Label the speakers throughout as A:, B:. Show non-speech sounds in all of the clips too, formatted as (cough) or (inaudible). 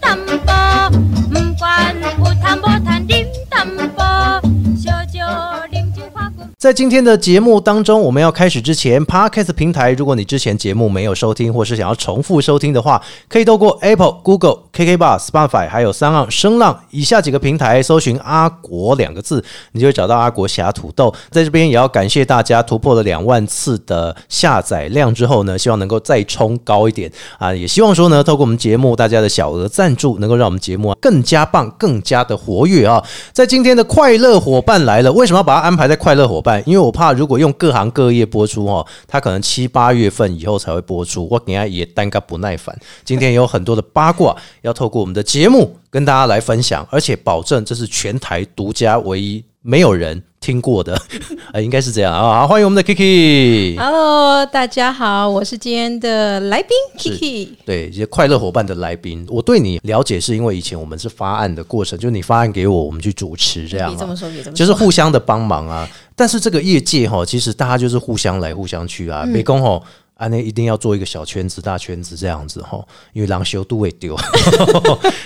A: tâm bò Mùm quan u tham bò than điểm tâm bò Cho cho điểm chữ khoa cùng
B: 在今天的节目当中，我们要开始之前，Podcast 平台，如果你之前节目没有收听，或是想要重复收听的话，可以透过 Apple、Google、KK Bar、Spotify 还有三浪声浪以下几个平台搜寻“阿国”两个字，你就会找到阿国侠土豆。在这边也要感谢大家突破了两万次的下载量之后呢，希望能够再冲高一点啊！也希望说呢，透过我们节目大家的小额赞助，能够让我们节目啊更加棒、更加的活跃啊！在今天的快乐伙伴来了，为什么要把它安排在快乐伙伴？因为我怕如果用各行各业播出哦，它可能七八月份以后才会播出，我给人家也单个不耐烦。今天有很多的八卦要透过我们的节目跟大家来分享，而且保证这是全台独家唯一没有人听过的， (laughs) 呃，应该是这样啊。好欢迎我们的 Kiki。
C: Hello，大家好，我是今天的来宾 Kiki。
B: 对，一些快乐伙伴的来宾，我对你了解是因为以前我们是发案的过程，就是你发案给我，我们去主持这样、
C: 别
B: 啊。
C: 这么说，别这么
B: 就
C: 说，
B: 是互相的帮忙啊。但是这个业界哈，其实大家就是互相来互相去
C: 嗯
B: 啊。北工吼，啊那一定要做一个小圈子、大圈子这样子哈，因为狼修都会
C: (laughs)
B: 丢。 (laughs)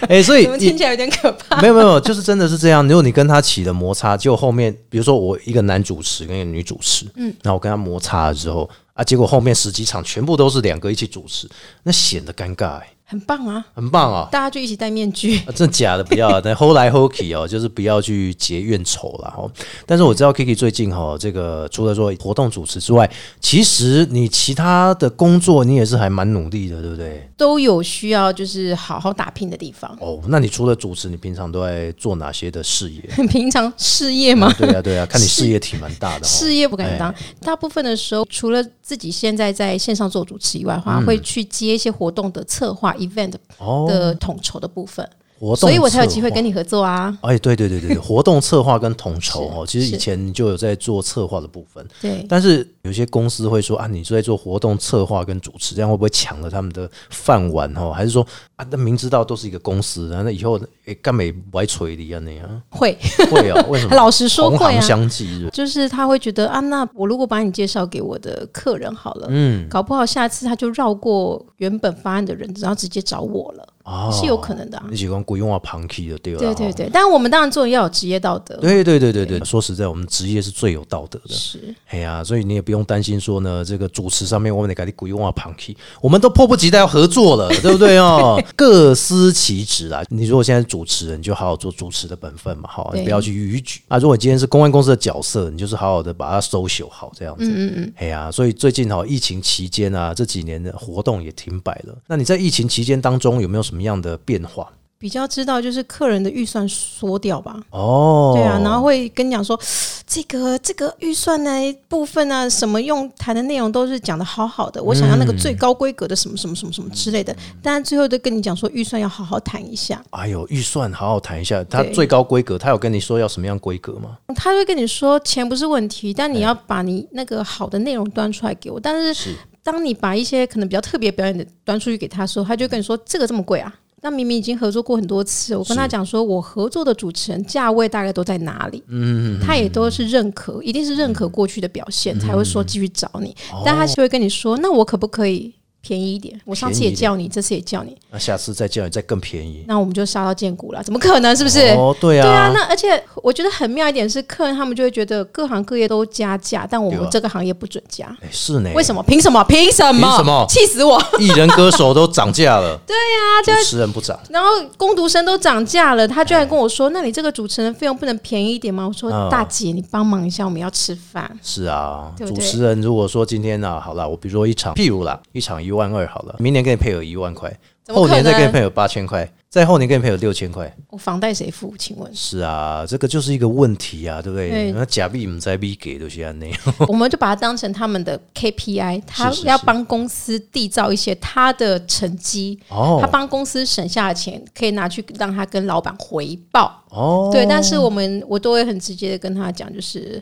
B: 哎、所以
C: 你们听起来有点可
B: (laughs)
C: 怕。
B: 没有没有没有，就是真的是这样。如果你跟他起了摩擦，结果后面比如说我一个男主持跟一个女主持，嗯，然后我跟他摩擦了之后啊，结果后面十几场全部都是两个一起主持，那显得尴尬、欸，
C: 很棒啊，
B: 很棒啊、
C: 大家就一起戴面具。 (laughs)
B: 啊，真的假的不 (laughs) 要啊，但 hold 来 hold 去哦，就是不要去结怨仇啦。哦。但是我知道 Kiki 最近哈、哦，这个除了做活动主持之外，其实你其他的工作你也是还蛮努力的，对不对？
C: 都有需要就是好好打拼的地方。 (laughs)
B: 哦，那你除了主持，你平常都在做哪些的事业？
C: 平常事业嘛，
B: (laughs) 对啊，对啊，看你事业挺蛮大的、哦。
C: 事业不敢当。大部分的时候，除了自己现在在线上做主持以外的话，会去接一些活动的策划、event
B: 嗯哦，
C: 的统筹的部分，
B: 活动，
C: 所以我才有机会跟。你合作啊。
B: 哎，对对对
C: (laughs)
B: 对对，活动策划跟统筹哦，其实以
C: 是
B: 前你就有在做策划的部分。
C: 对，
B: 但是有些公司会说啊，你是在做活动策划跟主持，这样会不会抢了他们的饭碗哦？还是说啊，那明知道都是一个公司，然后那以后诶干美歪锤你啊那样？
C: 会
B: 会哦，为什么？
C: (laughs) 老实说
B: 同
C: 会
B: 行
C: 啊。
B: 相忌是不是
C: 就是他会觉得啊，那我如果把你介绍给我的客人好了，
B: 嗯
C: 搞不好下次他就绕过原本方案的人，然后直接找我了，
B: 哦，
C: 是有可能的、啊
B: 你。喜欢鬼用啊旁 key 的对吧？
C: 对对。对，但我们当然做人要有职业道德，
B: 对对对对对，说实在，我们职业是最有道德的。
C: 是
B: 哎呀，所以你也不用担心说呢，这个主持上面我们得赶紧鬼用啊旁 key，我们都迫不及待要合作了， (laughs) 对不对
C: (laughs)
B: 哦？各司其职啊。你如果现在是主持人，你就好好做主持的本分嘛，好，
C: 对
B: 你不要去逾矩啊。如果你今天是公关公司的角色，你就是好好的把它收修好，这样子。嗯嗯嗯。哎呀，所以最近哈、疫情期间啊，这几年的活动也停摆了。那你在疫情期间当中有没有什么样的变化？
C: 比较知道就是客人的预算缩掉吧。
B: 哦，
C: 对啊，然后会跟你讲说，这个这个预算呢部分啊，什么用谈的内容都是讲的好好
B: 嗯
C: 的，我想要那个最高规格的什么什么什么什么之类的，但最后都跟你讲说预算要好好谈一下。
B: 哎呦，预算好好谈一下，它
C: 对
B: 最高规格，他有跟你说要什么样规格吗？
C: 他会跟你说钱不是问题，但你要把你那个好的内容端出来给我。但
B: 哎是
C: 是当你把一些可能比较特别表演的端出去给他的时候，他就跟你说这个这么贵啊。那明明已经合作过很多次，我跟他讲说，我合作的主持人价位大概都在哪里，嗯，他也都是认可，一定是认可过去的表现，
B: 嗯
C: 才会说继续找你。
B: 哦
C: 但他就会跟你说，那我可不可以便宜一点？我上次
B: 便宜一
C: 也
B: 点
C: 叫你，这次也叫你，
B: 那下次再叫你再更便宜。
C: 那我们就杀到见骨了，怎么可能？是不是？
B: 哦，对啊，
C: 对啊，那而且我觉得很妙一点是，客人他们就会觉得各行各业都加价，但我
B: 对
C: 们
B: 啊
C: 这个行业不准加，
B: 哎是呢，
C: 为什么？凭什么？凭什
B: 凭
C: 么？
B: 什么
C: 气死我！
B: 艺人歌手都涨价
C: (laughs)
B: 了？对
C: 啊
B: 呀、主持人不涨，
C: 然后工读生都涨价了，他居然跟我说：“那你这个主持人费用不能便宜一点吗？”我说：“
B: 嗯
C: 大姐，你帮忙一下，我们要吃饭。
B: 是啊，
C: 对不
B: 主
C: 对
B: 持人如果说今天啊，好啦，我比如说一场，譬如啦，一场一万二好了，明年给你配额一万块，
C: 怎么
B: 后
C: 可能
B: 年再给你配额八千块，再后年给你配额六千块，”，
C: 我房贷谁付？请
B: (laughs)
C: 问
B: 是啊，这个就是一个问题啊，对不对？
C: 对
B: 那假币唔在币给都是
C: (laughs)
B: 安内，
C: 我们就把它当成他们的 KPI，他
B: 是是
C: 要帮公司缔造一些他的成绩，
B: 哦
C: 他帮公司省下的钱可以拿去让他跟老板回报。
B: 哦，
C: 对，但是我们我都会很直接的跟他讲，就是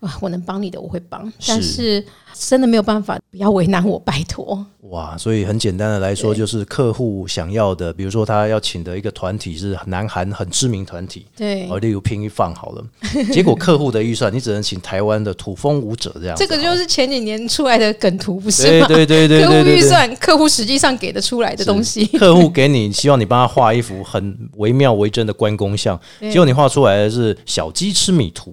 C: 啊，我能帮你的我会帮，但是真的没有办法，不要为难我，拜托。
B: 哇，所以很简单的来说，就是客户想要的，比如说他要请的一个团体是南韩很知名团体，
C: 对
B: 哦，，例如拼一放好了，结果客户的预算你只能请台湾的土风舞者这样子
C: 这
B: 哦，
C: 个就是前几年出来的梗图，不是
B: 对
C: 吗？
B: 对对对对
C: 客户
B: 对对
C: 预算，客户实际上给得出来的东西，
B: 客户给你希望你帮他画一幅很惟妙惟真的关公像，结果你画出来的是小鸡吃米图，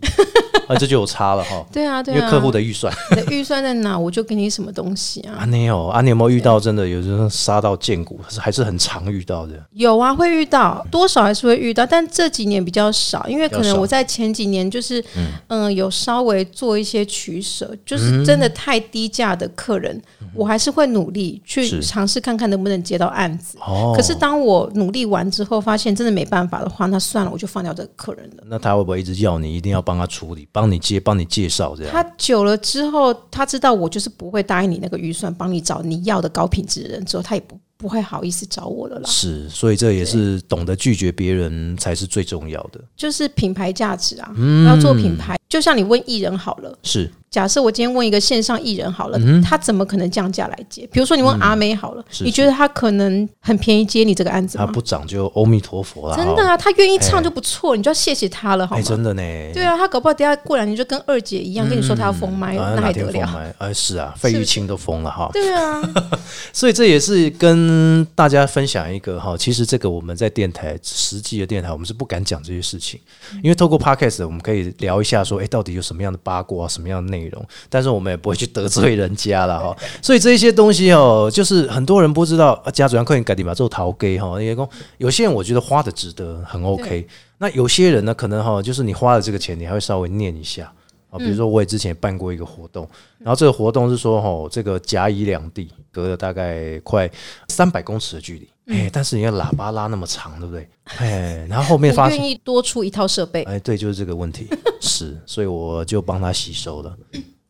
B: 啊，这就有差了哈。
C: 对 (laughs) 啊，对
B: 因
C: 啊，
B: 为客户的预算，
C: 你的预算在哪，我就给你什么东西啊。
B: 啊，你有啊，你有没有遇到真的有人杀到见骨，还是很常遇到的？
C: 有啊，会遇到，多少还是会遇到，但这几年比较少，因为可
B: 比较
C: 能
B: 少
C: 我在前几年就是，嗯、有稍微做一些取舍，
B: 嗯
C: 就是真的太低价的客人，我还是会努力去
B: 是
C: 尝试看看能不能接到案子。
B: 哦，
C: 可是当我努力完之后，发现真的没办法的话，那算了，我就放掉这个客人了。
B: 那他会不会一直要你一定要帮他处理，帮你接，帮你介绍这样？
C: 他久了之后，他知道我就是不会答应你那个预算，帮你找你要的高品质的人之后，他也不不会好意思找我了啦。
B: 是，所以这也是懂得拒绝别人才是最重要的。
C: 就是品牌价值啊，
B: 嗯
C: 要做品牌，就像你问艺人好了。
B: 是
C: 假设我今天问一个线上艺人好了，他怎么可能降价来接？比如说你问阿妹好了，
B: 嗯是
C: 你觉得他可能很便宜接你这个案子
B: 他
C: 吗？
B: 不长就阿弥陀佛了，
C: 真的啊，他愿意唱
B: 哎
C: 就不错，你就要谢谢他了，好
B: 哎、
C: 吗？
B: 真的嗯呢。
C: 对啊，他搞不好等下过两年就跟二姐一样，跟你说他要封麦，
B: 啊，
C: 那
B: 哪
C: 还得
B: 天疯
C: 了？
B: 了？哎，是啊，费玉清都疯了哈。
C: 对啊，
B: (laughs) 所以这也是跟大家分享一个哈，其实这个我们在电台实际的电台，我们是不敢讲这些事情，因为透过 podcast 我们可以聊一下说，哎，到底有什么样的八卦，啊什么样的内容，但是我们也不会去得罪人家了哈。所以这一些东西哦，就是很多人不知道，啊，家主要客人改点把做逃给哈，也讲有些人我觉得花的值得，很 OK。那有些人呢，可能哈，就是你花了这个钱，你还会稍微念一下。啊，比如
C: 嗯
B: 说我也之前也办过一个活动，然后这个活动是说，吼、这个甲乙两地隔了大概快三百公尺的距离，
C: 嗯
B: 哎、但是你看喇叭拉那么长，对不对？哎，然后后面
C: 我
B: 发现
C: 愿，意多出一套设备，
B: 哎，对，就是这个问题，
C: (laughs)
B: 是，所以我就帮他吸收了，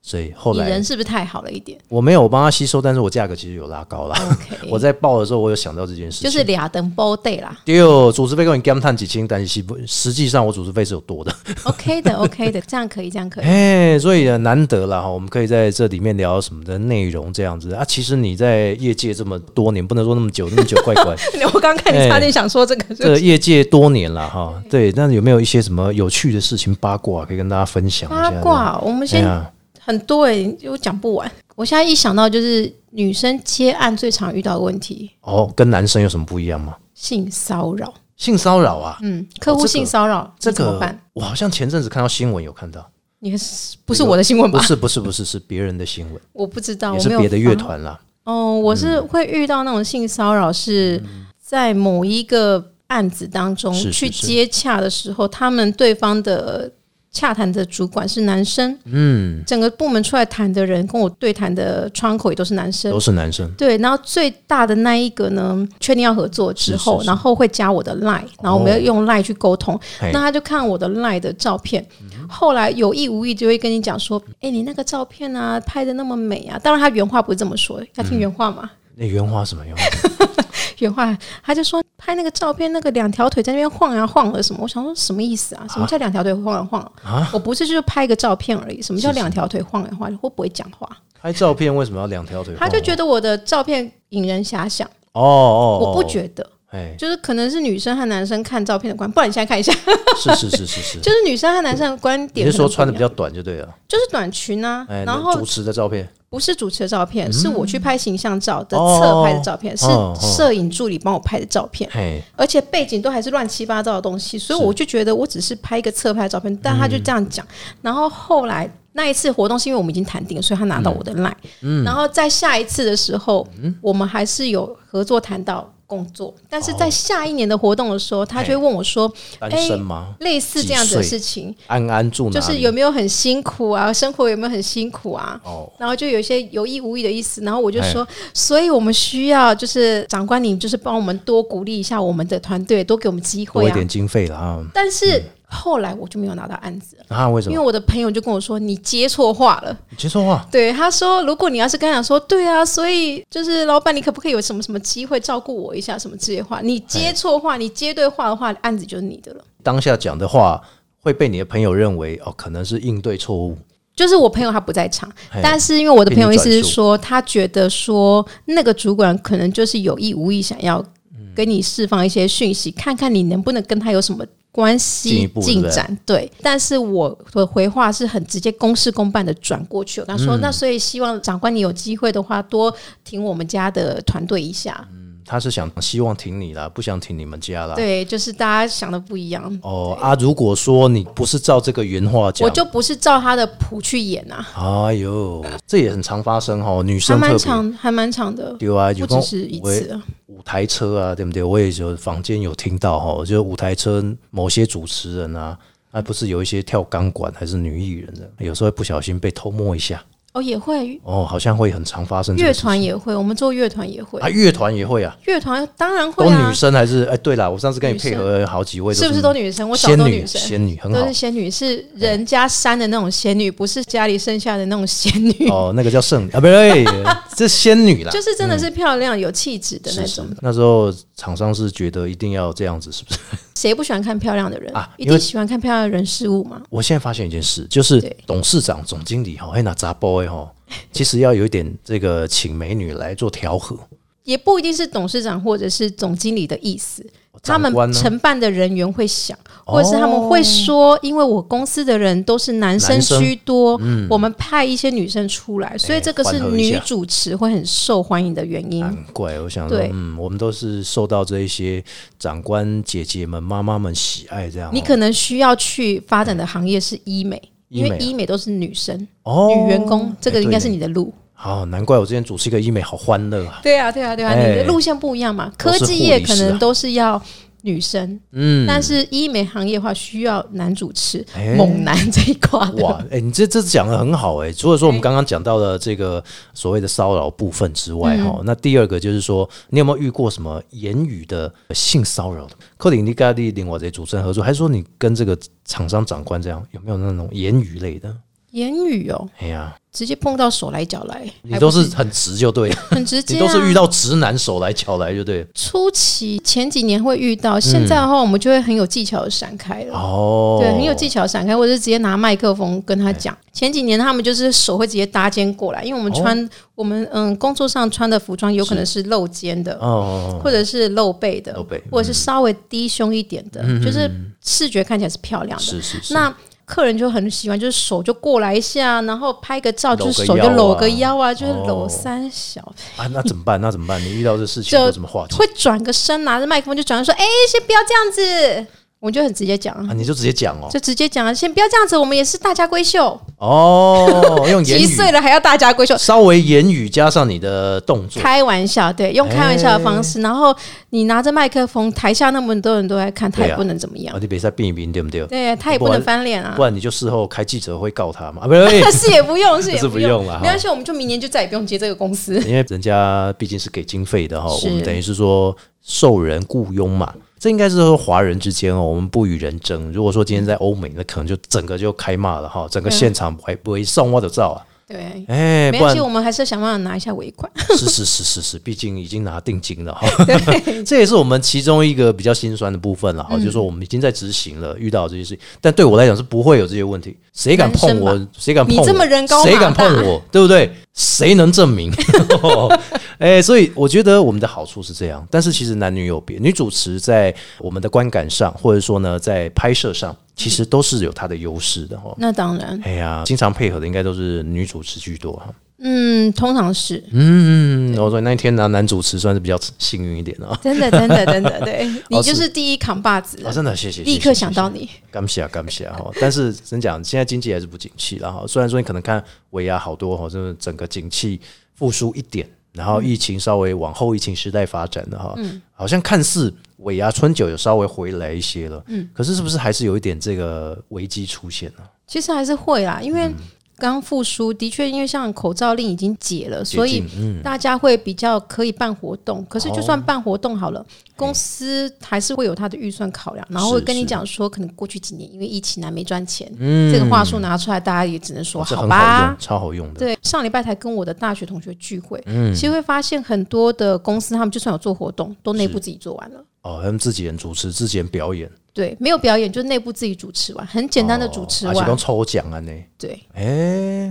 B: 所以后
C: 嗯你
B: 来
C: 人是不是太好了
B: (laughs)
C: 一点
B: 我没有帮他吸收，但是我价格其实有拉高了。我
C: ？OK，
B: 在报的时候，我有想到这件事情，
C: 哦就是俩等包 day 啦
B: 第二组织费跟你干探几千，但是实际上我组织费是有多的。
C: ，OK 的，OK 的，这样可以，这样可以。 (laughs)
B: 哎、所以呢难得了哈，我们可以在这里面聊什么的内容这样子啊。其实你在业界这么多年，不能说那么久，那么久怪
C: (laughs)
B: 怪，
C: 我刚看你
B: 哎
C: 差点想说这个，是不
B: 这
C: 是
B: 业界多年了哈。对，那有没有一些什么有趣的事情八卦可以跟大家分享一下
C: 八
B: 呢？
C: 卦，我们
B: 哎
C: 先
B: 呀，
C: 很多哎、我讲不完。我现在一想到就是女生接案最常遇到的问题，
B: 哦，跟男生有什么不一样吗？
C: 性骚扰。
B: 性骚扰啊，
C: 嗯，客
B: 这
C: 户
B: 个
C: 性骚扰、
B: 这
C: 你怎
B: 个
C: 么办？
B: 我好像前阵子看到新闻有看到，
C: 你是不是我的新闻
B: 不
C: 吧？
B: 是不是不是是别人的新闻，
C: 我不知道，
B: 也
C: 哦我
B: 是
C: 没有
B: 别的乐
C: 发。
B: 团嗯啦。
C: 哦，我是会遇到那种性骚扰，是在某一个案子当中
B: 嗯是是
C: 去
B: 是
C: 接洽的时候，他们对方的洽谈的主管是男生，嗯，整个部门出来谈的人跟我对谈的窗口也都是男生，
B: 都是男生，
C: 对，然后最大的那一个呢，确定要合作之
B: 是
C: 后，
B: 是是哦
C: 然后会加我的 line，然后我们要用 line 去沟通。
B: 嘿
C: 那他就看我的 line 的照片，
B: 嗯
C: 后来有意无意就会跟你讲说：“哎、你那个照片啊，拍的那么美啊。”当然他原话不是这么说，要听原话嘛。
B: 那原话什么原话？
C: (laughs) 原话他就说拍那个照片，那个两条腿在那边晃啊晃了什么？我想说什么意思啊？什么叫两条腿晃啊晃啊？我不是就是拍一个照片而已，什么叫两条腿晃啊晃啊？会不会讲话？
B: 拍照片为什么要两条腿晃
C: 他
B: 啊？
C: 就觉得我的照片引人遐想，
B: 哦哦，
C: 我不
B: 得，
C: 觉得。
B: 哎，
C: 就是可能是女生和男生看照片的观，不然你现在看一下，
B: 是是是是
C: (laughs)
B: 是，
C: 就是女生和男生的观
B: 你
C: 点。
B: 是说穿的比，较短就对了，
C: 就是短裙啊，
B: 哎，
C: 然
B: 那
C: 后
B: 主持的照片
C: 不是主持的照片，是我去拍形象照的
B: 哦
C: 侧拍的照片，是
B: 嗯哦哦
C: 摄影助理帮我拍的照片，
B: 嘿，
C: 而且背景都还是乱七八糟的东西，所以我就觉得我只是拍一个侧拍的照片，但他
B: 嗯
C: 就这样讲。然后后来那一次活动是因为我们已经谈定了，所以他拿到我的 line，、
B: 嗯
C: 然后在下一次的时候，我们还是有合作谈到。工作，但是
B: 哦
C: 在下一年的活动的时候，他
B: 哎
C: 就会问我说：“
B: 单身吗？
C: 哎类似这样子的
B: 几岁
C: 事情，
B: 安安住哪
C: 哎就
B: 里？
C: 是有没有很辛苦啊？生活有没有很辛苦啊？
B: 哦，哎
C: 然后就有一些有意无意的意思，然后我就说，所以我们需要就是长官，你就是帮我们多鼓励一下我们的团队，多给我们机
B: 多
C: 会
B: 一
C: 啊
B: 点。经费了啊，
C: 但是后来我就没有拿到案子了，
B: 啊，为什
C: 因为
B: 么？
C: 我的朋友就跟我说，你接错话了。
B: 你接说话，
C: 对，他说，如果你要是跟他讲说，对啊，所以就是老板，你可不可以有什么什么机会照顾我一下，什么之类的话，你接错话，你接对话的话，案子就是你的了。
B: 当下讲的话会被你的朋友认为哦，可能是应对错误，
C: 就是我朋友他不在场，
B: 嘿
C: 但是因为我的朋友意思
B: 给你
C: 是
B: 转述
C: 说，他觉得说那个主管可能就是有意无意想要跟你释放一些讯息，看看你能不能跟他有什么关
B: 进一
C: 系
B: 步
C: 进展。对，但是我的回话是很直接，公事公办的转过去。我
B: 嗯
C: 跟他说，那所以希望长官你有机会的话，多挺我们家的团队一下。
B: 他是想希望挺你啦，不想挺你们家啦。
C: 对，就是大家想的不一样。
B: 哦啊，如果说你不是照这个原话讲，
C: 我就不是照他的谱去演啊，
B: 哎呦，这也很常发生哦，女
C: 还
B: 生特
C: 蛮
B: 别
C: 长，还蛮长的，
B: 对啊，有
C: 不
B: 时候
C: 只是一
B: 我也
C: 次啊。
B: 五台车啊，对不对？我也有房间有听到哈，就是五台车某些主持人啊，啊不是有一些跳钢管还是女艺人的，有时候会不小心被偷摸一下
C: 哦，也会，
B: 哦，好像会很常发生这个
C: 乐
B: 事
C: 团也会，我们做乐团也会
B: 啊，，乐团也会啊，
C: 乐团当然会
B: 都
C: 啊
B: 女，生还是哎对啦，我上次跟你
C: 女生
B: 配合好几位，
C: 是不是都女生？我找
B: 仙
C: 的都
B: 女
C: 生，
B: 仙女很
C: 都
B: 好
C: 是仙女，是人家山的那种仙女，不是家里生下的那种仙女，
B: (laughs)
C: (laughs)
B: 哦，那个叫圣女啊，不对，这仙女啦，
C: 就是真的是漂亮有气质的那
B: 是是
C: 种。
B: 那时候厂商是觉得一定要这样子，是不 (laughs) 是？
C: 谁不喜欢看漂亮的人
B: 啊
C: 一
B: 因为
C: 定喜欢看漂亮的人事物嘛。
B: 我现在发现一件事，就是
C: 对
B: 董事长、总经理哈，还拿杂包哎
C: (laughs)
B: 哈，其实要有一点这个请美女来做调和。
C: 也不一定是董事长或者是总经理的意思，他
B: 长
C: 们
B: 官呢
C: 承办的人员会想，
B: 哦
C: 或者是他们会说，因为我公司的人都是男生
B: 男生嗯
C: 居多，我们派一些女生出来，所以这个是
B: 缓和一下啊
C: 女主持会很受欢迎的原因。
B: 难嗯怪我想说
C: 对，
B: 嗯，我们都是受到这一些长官姐姐们、妈妈们喜爱，这样哦。
C: 你可能需要去发展的行业是医美，
B: 医
C: 因
B: 美啊
C: 为医美都是女生、
B: 哦，哎
C: 女员工，这个应该是
B: 对
C: 你的路。
B: 好，难怪我之前主持一个医美，好欢乐啊。
C: 对啊，对啊，对啊，
B: 哎
C: 你的路线不一样嘛，
B: 都
C: 科
B: 是
C: 技
B: 护
C: 业
B: 理
C: 可
B: 师啊
C: 能都是要女生。
B: 嗯，
C: 但是医美行业的话，需要男主持、
B: 哎
C: 猛男这一块的。 (laughs)
B: 哇，哎、你这这讲的很好哎、除了说我们刚刚讲到的这个所谓的骚扰部分之外，
C: 嗯
B: 哈、那第二个就是说，你有没有遇过什么言语的性骚扰的？克林利咖利另外这主持人合作，还是说你跟这个厂商长官这样，有没有那种言语类的？
C: 言语哦，
B: 哎呀，
C: 直接碰到手来脚来，
B: 你
C: 还
B: 都
C: 不
B: 是很直就
C: (laughs)
B: 对了，
C: 很直接、
B: 你
C: 啊。
B: 都是遇到直男手来巧来就对了。
C: 初期前几年会遇到，现在的话我们就会很有技巧的闪开了。
B: 嗯哦，
C: 对，很有技巧地闪开，或者是直接拿麦克风跟他
B: 哎
C: 讲。前几年他们就是手会直接搭肩过来，因为我们
B: 哦
C: 穿、我们嗯工作上穿的服装有可能是露肩的，
B: 哦，
C: 或者是露背的，
B: 露背嗯
C: 或者是稍微低胸一点的，就是视觉看起来是漂亮的。
B: 是是是，
C: 那客人就很喜欢，就是手就过来一下，然后拍个照，
B: 搂个
C: 就是手就搂个腰啊，就是
B: 哦
C: 搂三小，
B: 啊，那怎么办？那怎么办？你遇到这事情
C: 就
B: 有什么化解
C: 会转个身，拿着麦克风就转说：“哎、先不要这样子。”我就很直接讲啊
B: 啊？，你就直接讲哦，
C: 就直接讲啊，先不要这样子，我们也是大家闺秀，
B: 哦，用言
C: 几
B: 语
C: 岁了还要大家 (laughs) 闺秀。
B: 稍微言语加上你的动作，
C: 开玩笑，对，用开玩笑的方
B: 哎
C: 式，然后你拿着麦克风，台下那么多人都在看，他
B: 对
C: 也
B: 啊
C: 不能怎么样
B: 啊，，你别再变一变，对不对？
C: 对他也不能翻脸啊
B: 不，然你就事后开记者会告他嘛，啊，不 (laughs) 对，
C: 但是也不用，是也
B: 是不
C: 不
B: 用啦哈哎
C: 没关系，我们就明年就再也不用接这个公司。
B: 因为人家毕竟是给经费的哈，
C: 是
B: 我们等于是说受人雇佣嘛。这应该是说华人之间哦，我们不与人争。如果说今天在欧美，那可能就整个就开骂了哈，整个
C: 对啊
B: 现场还不会送我的照啊，
C: 对，
B: 哎，不
C: 没关
B: 然
C: 系，我们还是想办法拿一下尾款。 (laughs)
B: 是是是是是，毕竟已经拿定金了哈，这也是我们其中一个比较心酸的部分
C: 嗯
B: 了哈，就是说我们已经在执行了，遇到这些事情，但对我来讲是不会有这些问题，谁敢碰
C: 人
B: 我
C: 生，
B: 谁敢碰我，
C: 你这么啊人高马大
B: 谁敢碰我，对不对？谁能证
C: (laughs)
B: 明？ (laughs) 哎，所以我觉得我们的好处是这样，但是其实男女有别，女主持在我们的观感上，或者说呢，在拍摄上，其实都是有她的优势的哈。
C: 那当然，
B: 哎呀，经常配合的应该都是女主持居多哈。
C: 嗯，通常是
B: 嗯，我说那一天呢，男主持算是比较幸运一点啊。
C: 真的，真的，真的，对
B: 哦
C: 你就是是第一扛把子
B: 啊，
C: 了，
B: 真的，谢谢，
C: 立刻想到
B: 你，
C: 你。
B: 感谢感谢哈。但是真讲，现在经济还是不景气了哈。虽然说你可能看尾牙好多哈，就是整个景气复苏一点，然后疫情稍微往后疫情时代发展的哈，
C: 嗯
B: 好像看似尾牙春酒有稍微回来一些了，嗯，可是是不是还是有一点这个危机出现呢？
C: 其实还是会啦，
B: 嗯
C: 因为刚复苏，的确，因为像口罩令已经解了，所
B: 解
C: 以
B: 禁嗯，
C: 大家会比较可以办活动。可是
B: 哦
C: 就算办活动好了，公司还是会有它的预算考量，然后会
B: 是
C: 跟你
B: 是嗯
C: 讲说，可能过去几年因为疫情啊没赚钱，这个话术拿出来，大家也只能说
B: 哦这
C: 哦好
B: 很好
C: 吧
B: 用，。超好用的，
C: 对，上礼拜才跟我的大学同学聚会，
B: 嗯
C: 其实会发现很多的公司，他们就算有做活动，都内部自己做完了。
B: 哦，他们自己人主持，自己人表演，
C: 对，没有表演，就内部自己主持完，很简单的主持
B: 哦而且
C: 完，
B: 都抽奖啊呢。
C: 对。
B: 哎、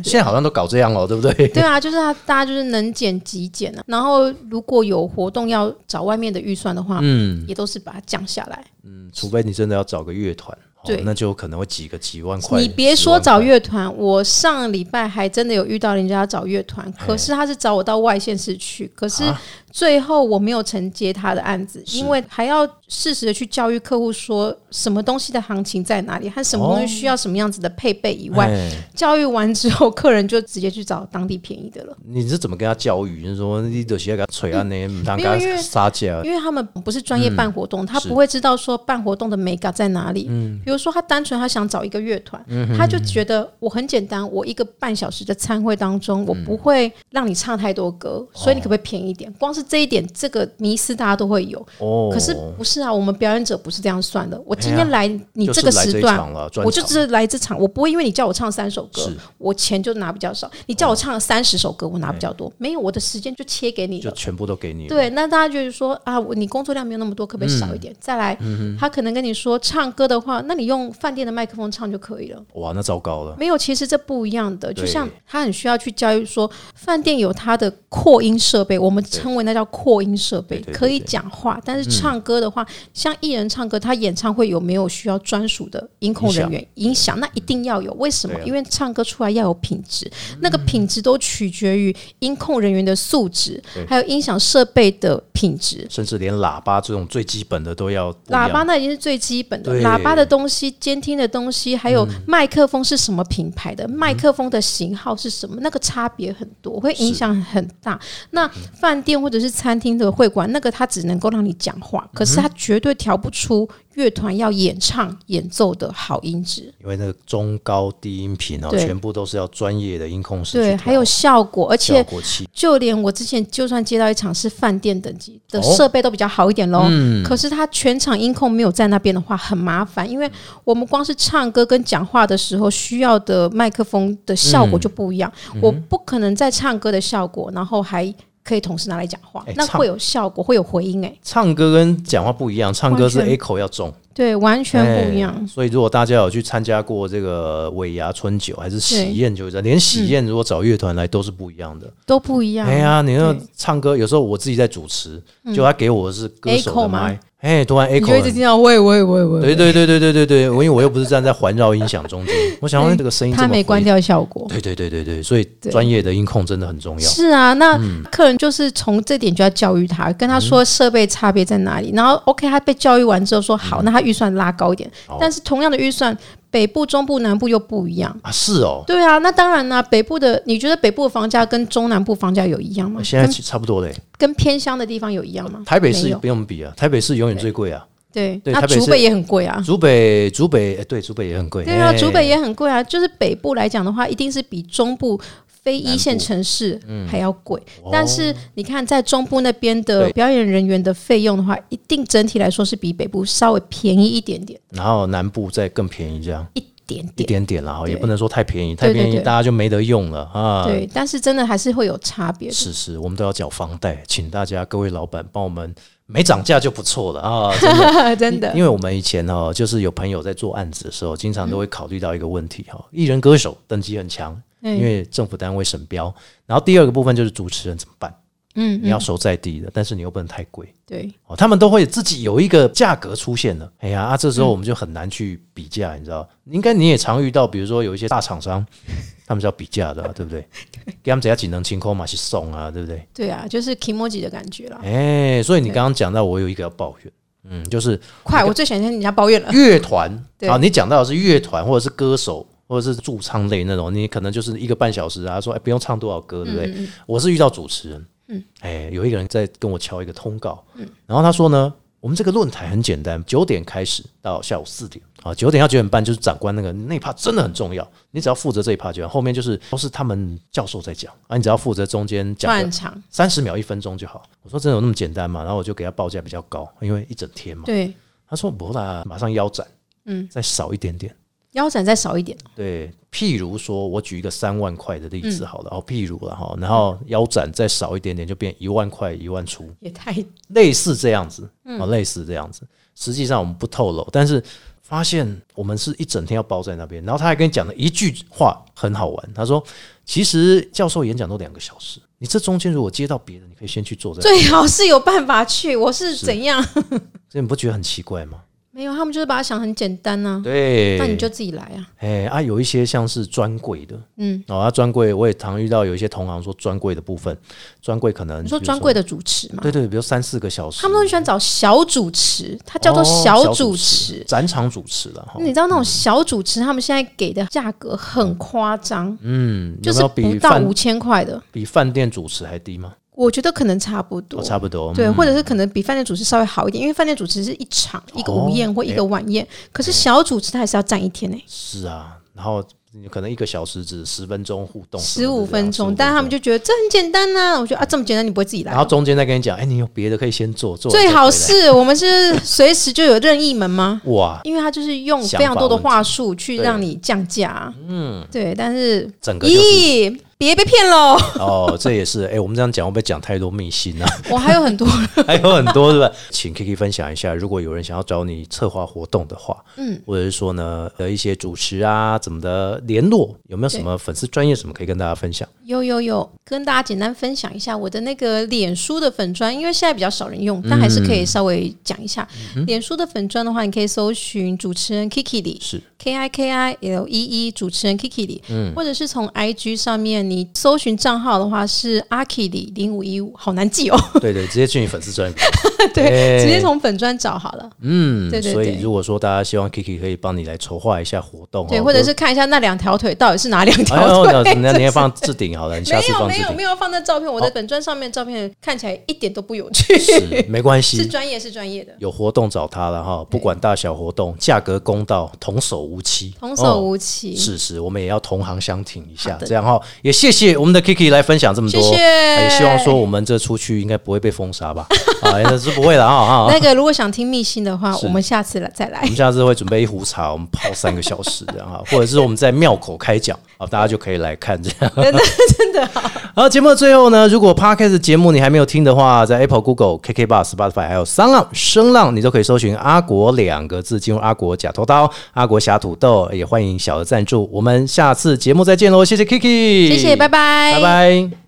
B: 现在好像都搞这样了，对不对？
C: 对啊，就是他，大家就是能减即减啊。然后如果有活动要找外面的预算的话，嗯，也都是把它降下来。
B: 嗯 (laughs) 除非你真的要找个乐团，哦
C: 对
B: 那就可能会几个几万块。
C: 你别说
B: 10
C: 找
B: 万块，
C: 乐团，我上礼拜还真的有遇到人家找乐团，可是他是找我到外县市去，可是最后我没有承接他的案子，因为还要适时的去教育客户说什么东西的行情在哪里，和什么东西需要什么样子的配备以外，
B: 哎
C: 教育完之后，客人就直接去找当地便宜的了。
B: 你是怎么跟他教育？就是说，你就是要给他捶按呢，不能
C: 没
B: 给
C: 有
B: 他
C: 因为
B: 撒价。啊
C: 因为他们不是专业办活动，他
B: 嗯是嗯
C: 不会知道说办活动的 mega 在哪里。比如说他单纯他想找一个乐团，他就觉得我很简单，我一个半小时的餐会当
B: 嗯
C: 中，我不会让你唱太多歌，
B: 哦
C: 所以你可不可以便宜一点？光是这一点，这个迷思大家都会有。
B: 哦，
C: 可是不是啊？我们表演者不是这样算的。我今
B: 哎呀
C: 天来你
B: 就是
C: 个
B: 来
C: 时
B: 一
C: 段，
B: 场了，专
C: 我就
B: 场
C: 只是来这场，我不会因为你叫我唱三首歌
B: 是，哦
C: 我钱就拿比较少。你叫我唱三十首歌，我拿比较
B: 哎
C: 多，没有我的时间就切给你
B: 就
C: 了。
B: 全部都给你了。嗯
C: 对，那大家就是说啊，我你工作量没有那么多，可不可以少一点？再来，他可能跟你说唱歌的话，那你用饭店的麦克风唱就可以了。
B: 哇，那糟糕了。
C: 没有，其实这不一样的。
B: 对
C: 就像他很需要去教育说，饭店有它的扩音设备，我们称为那叫扩音设备
B: 对嗯对，对
C: 可以讲话。但是唱歌的话，像艺人唱歌，他演唱会有没有需要专属的音控人员音响？那一定要有。为什么
B: 对啊？嗯
C: 因为唱歌出来要有品质，那个品质都取决于音控人员的素质
B: 对，
C: 还有音响设备的品质。
B: 甚至连喇叭这种最基本的都要不一样
C: 喇叭那已经是最基本的
B: 对，嗯
C: 喇叭的东西、监听的东西，还有麦克风是什么品牌的，麦克风的型号是什么，那个差别很多，会影响很大。那饭店或者是餐厅的会馆，那个它只能够让你讲
B: 嗯
C: 话，可是它绝对调不出乐团要演唱演奏的好音质。
B: 因为那个中高低音频哦，
C: 对
B: 全部都是要专业的音控师去
C: 对，
B: 调
C: 还有效果，而且
B: 效果器，
C: 就连我之前就算接到一场是饭店等级的
B: 哦嗯
C: 设备都比较好一点喽，可是他全场音控没有在那边的话很麻烦，
B: 嗯
C: 因为我们光是唱歌跟讲话的时候需要的麦克风的效
B: 嗯
C: 果就不一样，我不可能在唱歌的效果，然后还可以同时拿来讲话，
B: 哎
C: 那
B: 唱
C: 会有效果，会有回音哎、
B: 唱歌跟讲话不一样，唱歌是
C: 完全
B: A 口要重，
C: 对，完全不一样。
B: 哎所以如果大家有去参加过这个尾牙春酒还是喜宴，就知道连
C: 嗯
B: 喜宴如果找乐团来都是不一样的。
C: 都不一样。
B: 哎呀，你那
C: 对
B: 唱歌有时候我自己在主持，就他给我的是歌
C: A
B: 手
C: 口
B: 的
C: 吗
B: 麦，哎，突然 A
C: 你
B: 口
C: 就一直
B: 很。
C: 听到喂喂喂喂，
B: 对
C: 喂，
B: 对对对对对对，因为我又不是站在环绕音响中间，我想问这个声音
C: 哎他
B: 这么
C: 没关
B: 回
C: 掉效果。
B: 对对对对对，所以
C: 对
B: 专业的音控真的很重要。
C: 是啊，那客人就是从这点就要教育他，跟他说设备差别在
B: 嗯
C: 哪里。然后 OK，他被教育完之后说好，那他预算拉高一点。
B: 哦
C: 但是同样的预算，北部、中部、南部又不一样。
B: 啊，是哦，
C: 对啊，那当然啦、北部的你觉得北部的房价跟中南部房价有一样吗？
B: 现在
C: 跟
B: 其差不多嘞。
C: 跟偏乡的地方有一样吗？
B: 台北
C: 没
B: 市
C: 有
B: 不用比啊，台北市永远最贵啊。
C: 对，
B: 对
C: 那
B: 台北
C: 竹
B: 是
C: 北也很贵啊。
B: 竹北，竹北，哎对，竹北也很贵。
C: 对啊，
B: 哎
C: 竹北也很贵啊。就是北部来讲的话，一定是比中部非一线城
B: 哎
C: 市
B: 嗯
C: 还要贵。但是你看，在中部那边的
B: 哦对
C: 表演人员的费用的话，一定整体来说是比北部稍微便宜一点点，
B: 然后南部再更便宜，这样
C: 一点
B: 一
C: 点。
B: 点点啦，哈，也
C: 对
B: 不能说太便宜，太
C: 对对
B: 便宜
C: 对
B: 大家就没得用了啊。
C: 对，但是真的还是会有
B: (laughs)
C: 差别的。
B: 是是，我们都要缴房贷，请大家各位老板帮我们没涨价就不错了啊，真的。
C: 哦真的
B: (laughs)
C: 嗯
B: 因，为我们以前哈，就是有朋友在做案子的时候，经常都会考虑到一个问题哈，艺人歌手等级很强，
C: 嗯
B: 因为政府单位审标。然后第二个部分就是主持人怎么办？
C: 嗯，
B: 你要收在地的，但是你又不能太贵
C: 对，
B: 哦。他们都会自己有一个价格出现了。哎呀啊，这时
C: 嗯
B: 候我们就很难去比价，你知道？应该你也常遇到，比如说有一些大厂
C: (laughs)
B: 商，他们是要比价的啊、对不对？给他们只要几能清空嘛，去送啊，对不对？
C: 对啊，就是 Kimoji 的感觉啦。
B: (laughs) 哎、所以你刚刚讲到，我有一个要抱怨，嗯，就是
C: 快，我最喜欢听人家抱怨了。
B: 乐 (laughs) 团
C: 对
B: 啊，你讲到的是乐团或者是歌手或者是驻唱类那种，你可能就是一个半小时啊，说哎、不用唱多少歌，对不对？我是遇到主持人，嗯，哎、有一个人在跟我敲一个通告，嗯，然后他说呢，我们这个论坛很简单，九点开始到下午四点啊，九点到九点半就是长官那个那一趴真的很重要，你只要负责这一趴就好，后面就是都是他们教授在讲啊，你只要负责中间讲个
C: 串场，
B: 三十秒一分钟就好。我说真的有那么简单吗？然后我就给他报价比较高，因为一整天嘛。
C: 对，
B: 他说不啦，马上腰斩，嗯
C: 嗯，
B: 再少一点点。
C: 腰斩再少一点。
B: 对，譬如说，我举一个三万块的例子
C: 嗯
B: 好了，哦，譬如了哈，然后腰斩再少一点点，就变一万块一万出，
C: 也太嗯
B: 哦类似这样子，啊、类似这样子。实际上我们不透露，但是发现我们是一整天要包在那边。然后他还跟你讲了一句话很好玩，他说：“其实教授演讲都两个小时，你这中间如果接到别人，你可以先去坐在，
C: 最好是有办法去。我是怎样？
B: 这你不觉得很奇怪吗？”
C: 没有，他们就是把它想很简单啊呐、
B: 对，
C: 那你就自己来啊。
B: 哎啊，有一些像是专柜的，
C: 嗯，
B: 哦，啊，专柜我也常遇到有一些同行说专柜的部分，专柜可能
C: 你说
B: 比如
C: 专柜的主持嘛，
B: 对对，比如三四个小时，
C: 他们都很喜欢找小主持，它
B: 哦
C: 叫做
B: 小
C: 主
B: 持嗯
C: 持。、嗯
B: 展场主持了哈
C: 你。知道那种小主持，他们现在给的价格很夸张，
B: 嗯，
C: 就
B: 有没
C: 是
B: 有
C: 不
B: 比
C: 到
B: 饭
C: 五千块的，
B: 比饭店主持还低吗？
C: 我觉得可能差不多
B: 哦，。差不多。
C: 对，
B: 嗯
C: 或者是可能比饭店主持稍微好一点，因为饭店主持是一场一
B: 哦
C: 个午宴或
B: 哎
C: 一个晚宴，可是小主持他还是要站一天呢、欸
B: 是啊，然后你可能一个小时只十分钟互动，
C: 十五分钟，但
B: 但
C: 是他们就觉得这很简单呐、我觉得啊，这么简单你不会自己来
B: 然
C: 哦、
B: 后中间再跟你讲，哎，你有别的可以先做，做完
C: 最
B: 再
C: 好
B: 回来
C: 是我们是随时就有任意门吗？
B: 哇，
C: 因为他就是用
B: 想
C: 非常多的
B: 法问题
C: 话术去
B: 对
C: 让你降价，嗯，对。但是，
B: 整个就是
C: 咦，别被骗喽！
B: 哦，这也是哎，我们这样讲会不会讲太多秘辛啊？
C: (laughs) 我还有很多，
B: 还有很多对吧？请 Kiki 分享一下，如果有人想要找你策划活动的话，嗯，或者是说呢，呃，一些主持啊怎么的联络，有没有什么粉丝专业什么可以跟大家分享？ (laughs)
C: 有有有，跟大家简单分享一下我的那个脸书的粉砖，因为现在比较少人用，但还是
B: 嗯
C: 可以稍微讲一下。脸、书的粉砖的话，你可以搜寻主持人 Kiki 里
B: 是嗯
C: K I K I L E E 主持人 Kiki 里，或者是从 I G 上面你搜寻账号的话是 Aki 里零五一五，好难记哦。 (laughs)
B: 对对，直接去你粉丝专业。哎
C: 对，直接从粉砖找好了。
B: 嗯，
C: 对对
B: 所以
C: 对
B: 如果说大家希望 Kiki 可以帮你来筹划一下活动哦，
C: 对，或者是看一下那两条腿到底是哪两
B: 哎
C: 条
B: 呦，
C: (laughs) 腿。
B: 那那你也放置顶好了，你下
C: 没
B: 次
C: 有
B: 放置
C: 没有
B: 顶
C: 没有放在照片，我的
B: 好
C: 本专上面照片看起来一点都不有趣， (laughs)
B: 是没关
C: 是
B: 系。
C: 专业是专业的。
B: 有活动找他了哈，不管大小活动，价格公道，童叟无欺，
C: 童
B: 哦
C: 叟无欺。
B: 是是，我们也要同行相挺一下
C: 好，的
B: 这样哈。也谢谢我们的 Kiki 来分享这么多，
C: 谢谢
B: 也希望说我们这出去应该不会被封杀吧？啊，那是不会了啊啊！
C: 那个，如果想听密信的话，
B: 是
C: 我们下次来再来
B: 我。们下次会准备一壶茶，我们泡三个小时这样哈， (laughs) 或者是我们在庙口开讲啊，大家就可以来看这样。
C: 真的 (laughs) 真的
B: (laughs) 好，节目的最后呢，如果 Podcast 节目你还没有听的话，在 Apple、Google、KK b o x Spotify 还有三浪、声浪，你都可以搜寻“阿国”两个字，进入阿国假头刀、阿国侠土豆，也欢迎小额赞助。我们下次节目再见喽，谢谢 Kiki，
C: 谢谢，拜拜，
B: 拜拜